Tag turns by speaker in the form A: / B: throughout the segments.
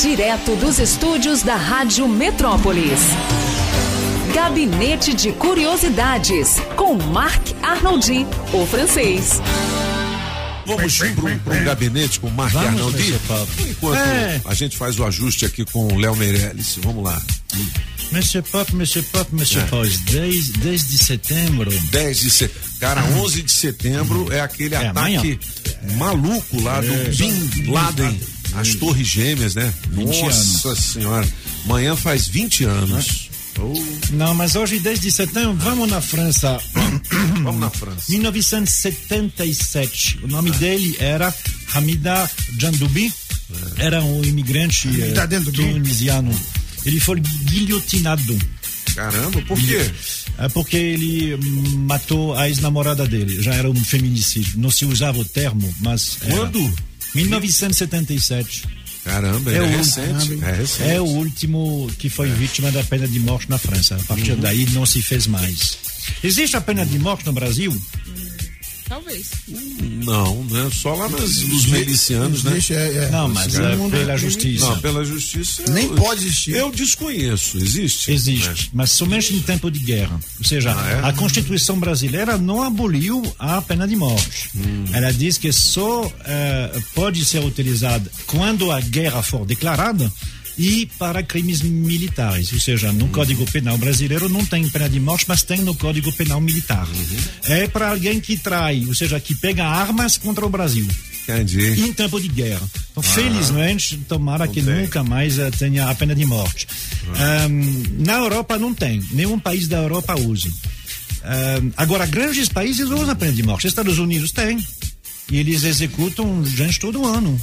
A: Direto dos estúdios da Rádio Metrópolis. Gabinete de Curiosidades, com Marc Arnoldi, o francês.
B: Vamos para um, pra um gabinete com o Marc
C: Vamos,
B: Arnoldi?
C: Mr. Pablo.
B: Enquanto
C: É.
B: a gente faz o ajuste aqui com o Léo Meirelles. Vamos lá.
C: Monsieur Pop, Monsieur Pop, Monsieur
B: É.
C: Pop, desde, desde setembro.
B: 10 de setembro. Cara, 11 de setembro é aquele
C: É, amanhã. É.
B: ataque maluco lá do Bin Laden. As Torres Gêmeas, né?
C: 20
B: Nossa Senhora. Amanhã faz 20 anos.
C: Não, mas hoje, desde setembro, vamos na França. Hum.
B: Vamos na França.
C: 1977. O nome dele era Hamida Jandoubi. Era um imigrante eh,
D: Tá dentro do-
C: tunisiano. Ele foi guilhotinado
B: Caramba, por quê?
C: eh, porque ele hum, matou a ex-namorada dele. Já era um feminicídio. Não se usava o termo, mas. era.
B: Quando?
C: 1977.
B: Caramba, ele é,
C: É o-
B: recente. É recente.
C: É o último que foi vítima da pena de morte na França. A partir daí não se fez mais. Existe a pena de morte no Brasil?
E: Talvez.
C: Hum.
B: Não, né? Só lá nas, nos milicianos, né?
D: Deixa, é, é.
C: Não, mas
B: cara,
C: é pela justiça.
B: Não, pela justiça. eu-
D: Nem pode existir.
B: Eu desconheço. Existe?
C: Existe, mas somente em tempo de guerra. Ou seja,
B: Ah, é?
C: a Constituição brasileira não aboliu a pena de morte.
B: Hum.
C: Ela diz que só eh, pode ser utilizada quando a guerra for declarada e para crimes militares. Ou seja,
B: Hum.
C: no Código Penal brasileiro não tem pena de morte, mas tem no Código Penal militar.
B: Uhum.
C: É para alguém que trai, ou seja, que pega armas contra o Brasil
B: Entendi.
C: em um tempo de guerra. Então, felizmente, tomara que
B: Ah. tem. Ah.
C: nunca mais eh, tenha a pena de morte. Ahm, na Europa não tem, nenhum país da Europa usa. Ahm, agora, grandes países usam a pena de morte. Estados Unidos tem, e eles executam gente todo ano.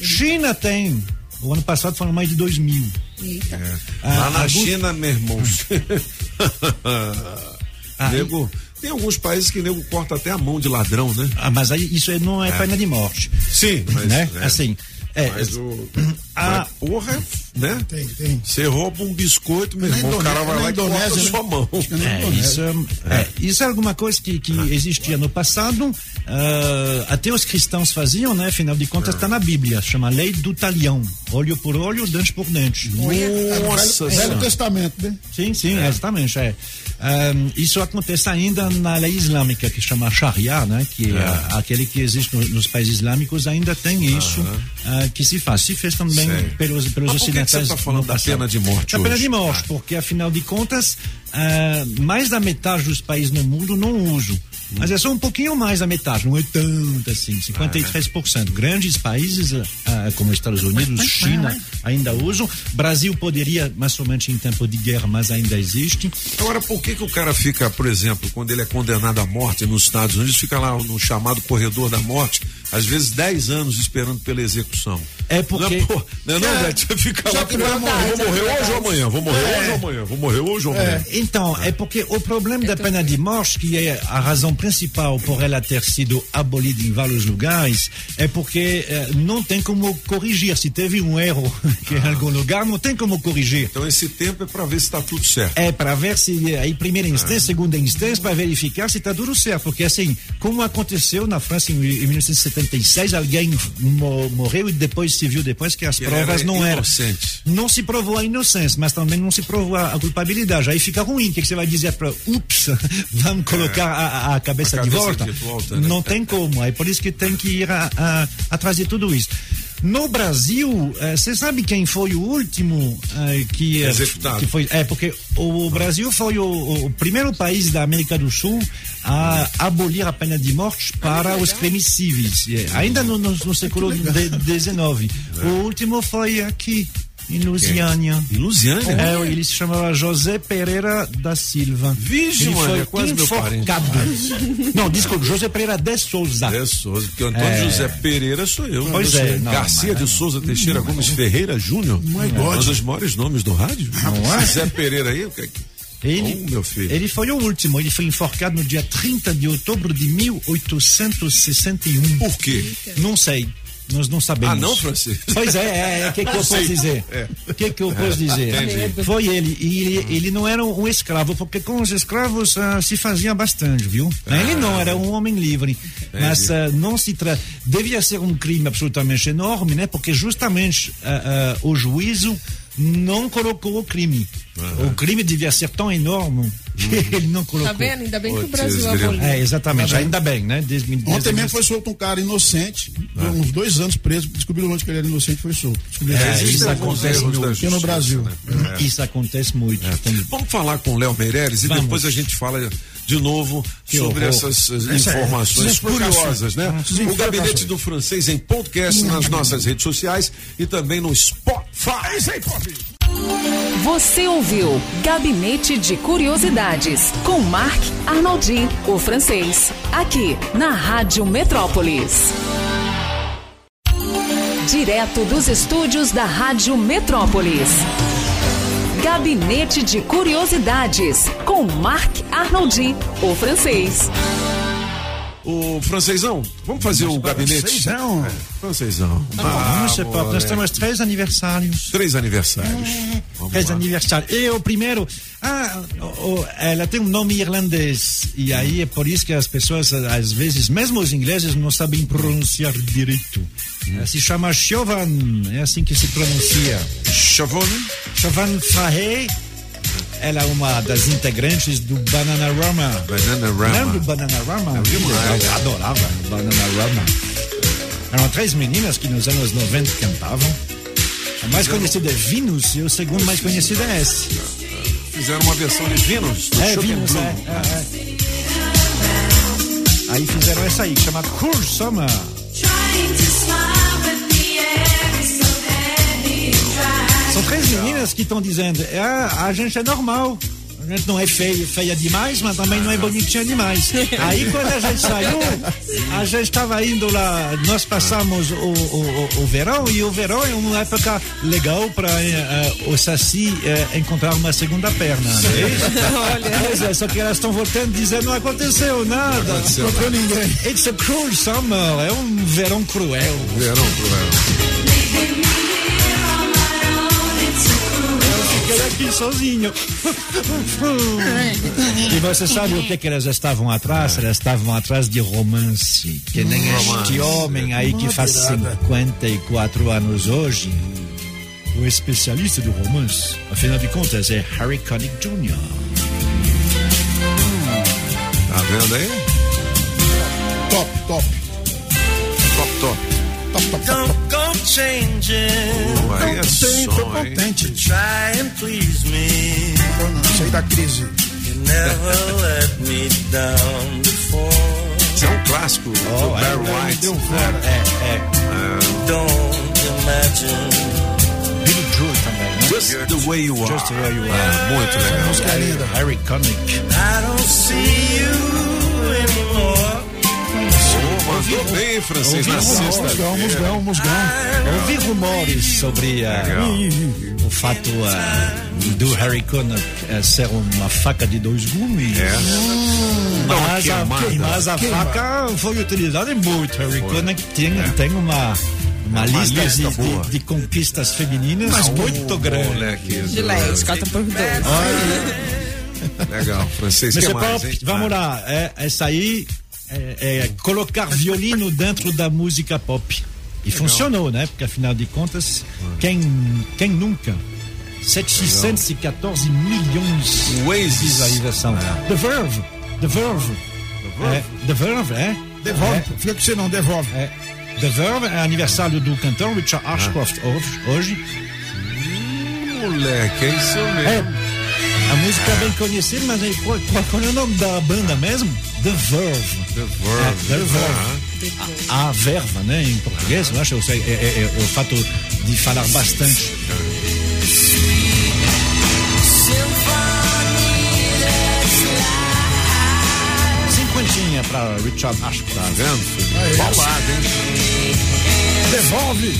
C: China tem, o ano passado foram mais de 2 mil.
E: Eita.
B: Lá
C: Ah,
B: na
C: Augusto-
B: China, meu irmão. nego, tem alguns países que nego corta até a mão de ladrão, né?
C: Ah, mas aí isso é- não é, pena de morte.
B: Sim, mas,
C: né?
B: é,
C: Assim. É,
B: mas o-
C: a-
B: mas, porra, né?
D: Tem, tem.
B: Você rouba um biscoito, meu
D: Na
B: irmão, o
D: Indonésia-
B: cara vai
D: na
B: lá e corta a
D: Indonésia, né?
B: sua mão.
C: É, isso, é, isso é alguma coisa que, que existia no passado, ah, até os cristãos faziam, né? Afinal de
B: É.
C: contas, está na Bíblia, chama Lei do Talião: olho por olho, dente por dente. é
B: Nossa
D: Velho
B: Senhora.
D: Testamento, né?
C: Sim, sim, exatamente. É. Ahm, isso acontece ainda na lei islâmica, que chama Sharia, né? que é a- aquele que existe no- nos países islâmicos, ainda tem isso ah, que se faz. Se fez também
B: Sei.
C: pelos, pelos
B: Mas por que que
C: ocidentais.
B: você tá falando
C: no
B: da
C: passado.
B: pena de morte
C: Da pena
B: hoje?
C: de morte, porque afinal de contas, ah, mais da metade dos países no mundo não usam. Mas é só um pouquinho mais da metade, não é tanto assim, 53%. Grandes países, ah, como Estados Unidos, China, ainda usam. Brasil poderia, mas somente em tempo de guerra, mas ainda existe.
B: Agora, por que, que o cara fica, por exemplo, quando ele é condenado à morte nos Estados Unidos, fica lá no chamado corredor da morte, às vezes 10 anos esperando pela execução?
C: É porque-
B: Não, pô, não, é não
D: É.
B: velho? Você fica
D: Já
B: lá,
D: que
C: é
B: pô,
D: vai morrer,
B: vou
D: já
B: morrer
D: que vai
B: hoje ou
D: dar.
B: amanhã, vou morrer
D: É.
B: hoje ou amanhã, vou morrer hoje ou amanhã.
C: Então, é porque o problema da pena de morte, que é a razão principal por ela ter sido abolida em vários lugares, é porque eh, não tem como corrigir. Se teve um erro que em algum lugar, não tem como corrigir.
B: Então esse tempo é pra ver se tá tudo certo.
C: É para ver se eh, aí primeira
B: Ah.
C: instância, segunda instância, para verificar se está tudo certo. Porque assim, como aconteceu na França em, em 1976, alguém mo- morreu e depois se viu depois que as
B: Que
C: provas
B: era
C: não eram.
B: inocente.
C: Não se provou a inocência, mas também não se provou a, a culpabilidade. Aí fica ruim. O que, que você vai dizer para ups, vamos colocar a- a, a cabeça
B: É. A
C: de
B: cabeça
C: volta?
B: de volta, né?
C: Não tem como. É por isso que tem que ir a- a- atrás de tudo isso. No Brasil, eh, você sabe quem foi o último eh, que, eh,
B: Executado.
C: que foi, é, porque o Brasil foi o, o primeiro país da América do Sul a abolir a pena de morte para os crimes civis. É, Ainda no, no, no século XIX.
B: É.
C: O último foi aqui, em Lusiânia.
B: Em Lusiânia?
C: É, ele se chamava José Pereira da Silva.
B: Vige,
C: ele
B: mano,
C: foi
B: é quase meu
C: enforcado. Não, desculpa, José Pereira de Souza.
B: É Souza, porque o Antônio
C: É.
B: José Pereira sou eu.
C: Pois
B: Eu sou
C: é, não,
B: Garcia
C: mas-
B: de Souza Teixeira Gomes Ferreira Júnior. Um dos maiores nomes do rádio.
C: é?
B: José Pereira aí, o que é que.
C: Ele,
B: Oh, meu filho.
C: ele foi o último, ele foi enforcado no dia 30 de outubro de 1861.
B: Por quê?
C: Não sei. Nós não sabemos.
B: Ah, não, Francisco? É.
C: Pois é, é, é, o que, que eu posso dizer? O que, que eu posso dizer?
B: entendi.
C: Foi ele. E ele, ele não era um escravo, porque com os escravos ah, se fazia bastante, viu?
B: Ah.
C: ele não, era um homem livre. Mas ah, não se tra... Devia ser um crime absolutamente enorme, né? Porque justamente ah, ah, o juízo não colocou o crime. O crime devia ser tão enorme que
B: Uhum.
C: ele não colocou.
E: Tá vendo? Ainda bem que o
B: Putz,
E: Brasil um
B: grilo.
E: aboliu.
C: É, exatamente.
B: Tá
C: Ainda bem, né? Desde, desde-
D: Ontem mesmo foi solto um cara inocente,
C: É.
D: deu uns dois anos preso, descobriram onde que ele era inocente, foi solto. Descobriram
C: É,
D: que ele
C: isso
D: era
C: acontece
D: inocente.
C: no-
B: da
D: aqui no Brasil.
B: né?
C: Isso acontece muito. Tem-
B: Vamos falar com o Léo Meireles e
C: Vamos.
B: depois a gente fala de novo sobre
C: horror. é
B: essas eh, informações
D: essas explicações.
B: curiosas, né?
D: Essas
C: Hum.
B: O Gabinete
D: explicações.
B: do Francês em podcast nas nossas redes sociais e também no
C: É
B: Spotify.
A: Você ouviu Gabinete de Curiosidades com Marc Arnoldi, o francês, aqui na Rádio Metrópolis. Direto dos estúdios da Rádio Metrópolis. Gabinete de Curiosidades com Marc Arnoldi, o francês.
B: O francêsão, vamos fazer o gabinete.
D: francêsão?
B: É, francêsão. Ah,
C: Vamos,
B: moleque.
C: Paulo, nós temos três aniversários.
B: Três aniversários.
C: É.
B: Vamos
C: Três
B: lá.
C: aniversários. E o primeiro. Ah, o- o- ela tem um nome irlandês. E aí é por isso que as pessoas, às vezes, mesmo os ingleses, não sabem pronunciar direito. Ela Se chama Siobhan, é assim que se pronuncia.
B: Chavone?
C: Siobhan Farré, ela é uma das integrantes do Bananarama.
B: Bananarama.
C: Lembra do Bananarama?
B: demais.
C: Eu adorava Bananarama. Eram três meninas que nos anos 90 cantavam. A mais conhecida é Venus e o segundo mais conhecido é esse.
B: Fizeram uma versão de Venus. do
C: É,
B: Chopin
C: Venus, é,
B: Blue.
C: é, é. Aí fizeram essa aí, que chama Cool Summer. São três meninas que estão dizendo, ah, a gente é normal. A gente não é feia, feia demais, mas também não é bonitinha demais. Aí quando a gente saiu, a gente estava indo lá, nós passamos o, o, o- o verão, e o verão é uma época legal para o Saci eh, encontrar uma segunda perna. né? Pois é, só que elas estão votando dizendo não aconteceu nada. Não
B: aconteceu
C: aconteceu ninguém. It's a cruel summer. É um verão cruel.
B: Verão, Bruno.
C: Fiquei aqui sozinho. e você sabe o que, que elas estavam atrás? Elas estavam atrás de romance. Que nem este homem aí que faz 54 anos hoje. O especialista do romance, afinal de contas, é Harry Connick Jr.
B: Tá vendo aí?
D: Top, top.
B: Top, top.
D: Top, top, top.
F: Don't go changing.
B: Pô,
C: Então
B: aí é
D: Contente, tô
B: som, hein?
D: contente.
F: Try and please me.
D: Saí da crise.
F: You never let me down before.
B: Isso é um clássico do
C: Oh, é.
B: Barry White.
C: um
B: É.
D: Deu fora.
F: Don't imagine
C: Billy Joel também, né?
B: Just the way you are.
C: Just the way you are.
B: É, muito legal.
D: Música linda.
C: Harry Connick.
F: I don't see you anymore.
B: Pô,
C: um
B: mandou bem, francês, na sexta.
D: Musgão, musgão, musgão.
C: Ouvi rumores sobre ah,
B: Legal.
C: ih, ih, o fato ah, do Harry Connick ah, ser uma faca de dois gumes.
B: É.
C: Mas a,
B: queimada.
C: mas a faca foi utilizada muito. Harry Connick tem, tem uma, uma, lista,
B: É. lista
C: de-
B: boa.
C: de, de conquistas femininas muito grande.
B: Tá um Moleque,
E: De leve, cota por dois.
B: Legal, francês.
C: Mr.
B: que
C: Pop,
B: mais, hein?
C: vamos lá. É, essa aí é, é colocar violino dentro da música pop. E funcionou, né? Porque afinal de contas, quem, quem nunca? 714 milhões de
B: Waze.
C: visualização. The Verve. The Verve. É, The Verve, é?
D: Devolve,
C: É.
D: fica com você não, devolve.
C: É, The Verve é aniversário do cantor Richard Ashcroft hoje. hoje.
B: Moleque, é isso
C: É,
B: mesmo.
C: a música é bem conhecida, mas aí, qual, qual- qual é o nome da banda mesmo? The Verve.
B: The Verve. Ah.
C: É, The Verve. A, a verva, né? Em português, eu acho, eu sei, é, é- é o fato de falar bastante. Cinquentinha para Richard
B: Tá
C: Ashcroft.
B: vendo? Paulado, hein?
D: Devolve.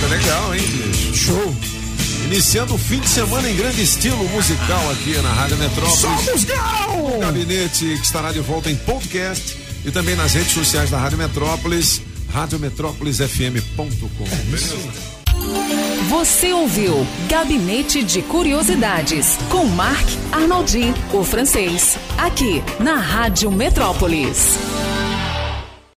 B: Tá legal, hein, bicho?
D: Show.
B: Iniciando o fim de semana em grande estilo musical aqui na Rádio Metrópolis.
D: Só
B: O
D: musical!
B: gabinete que estará de volta em podcast e também nas redes sociais da Rádio Metrópolis, radiometrópolisfm.com.
A: Você ouviu Gabinete de Curiosidades com Marc Arnoldi, o francês, aqui na Rádio Metrópolis.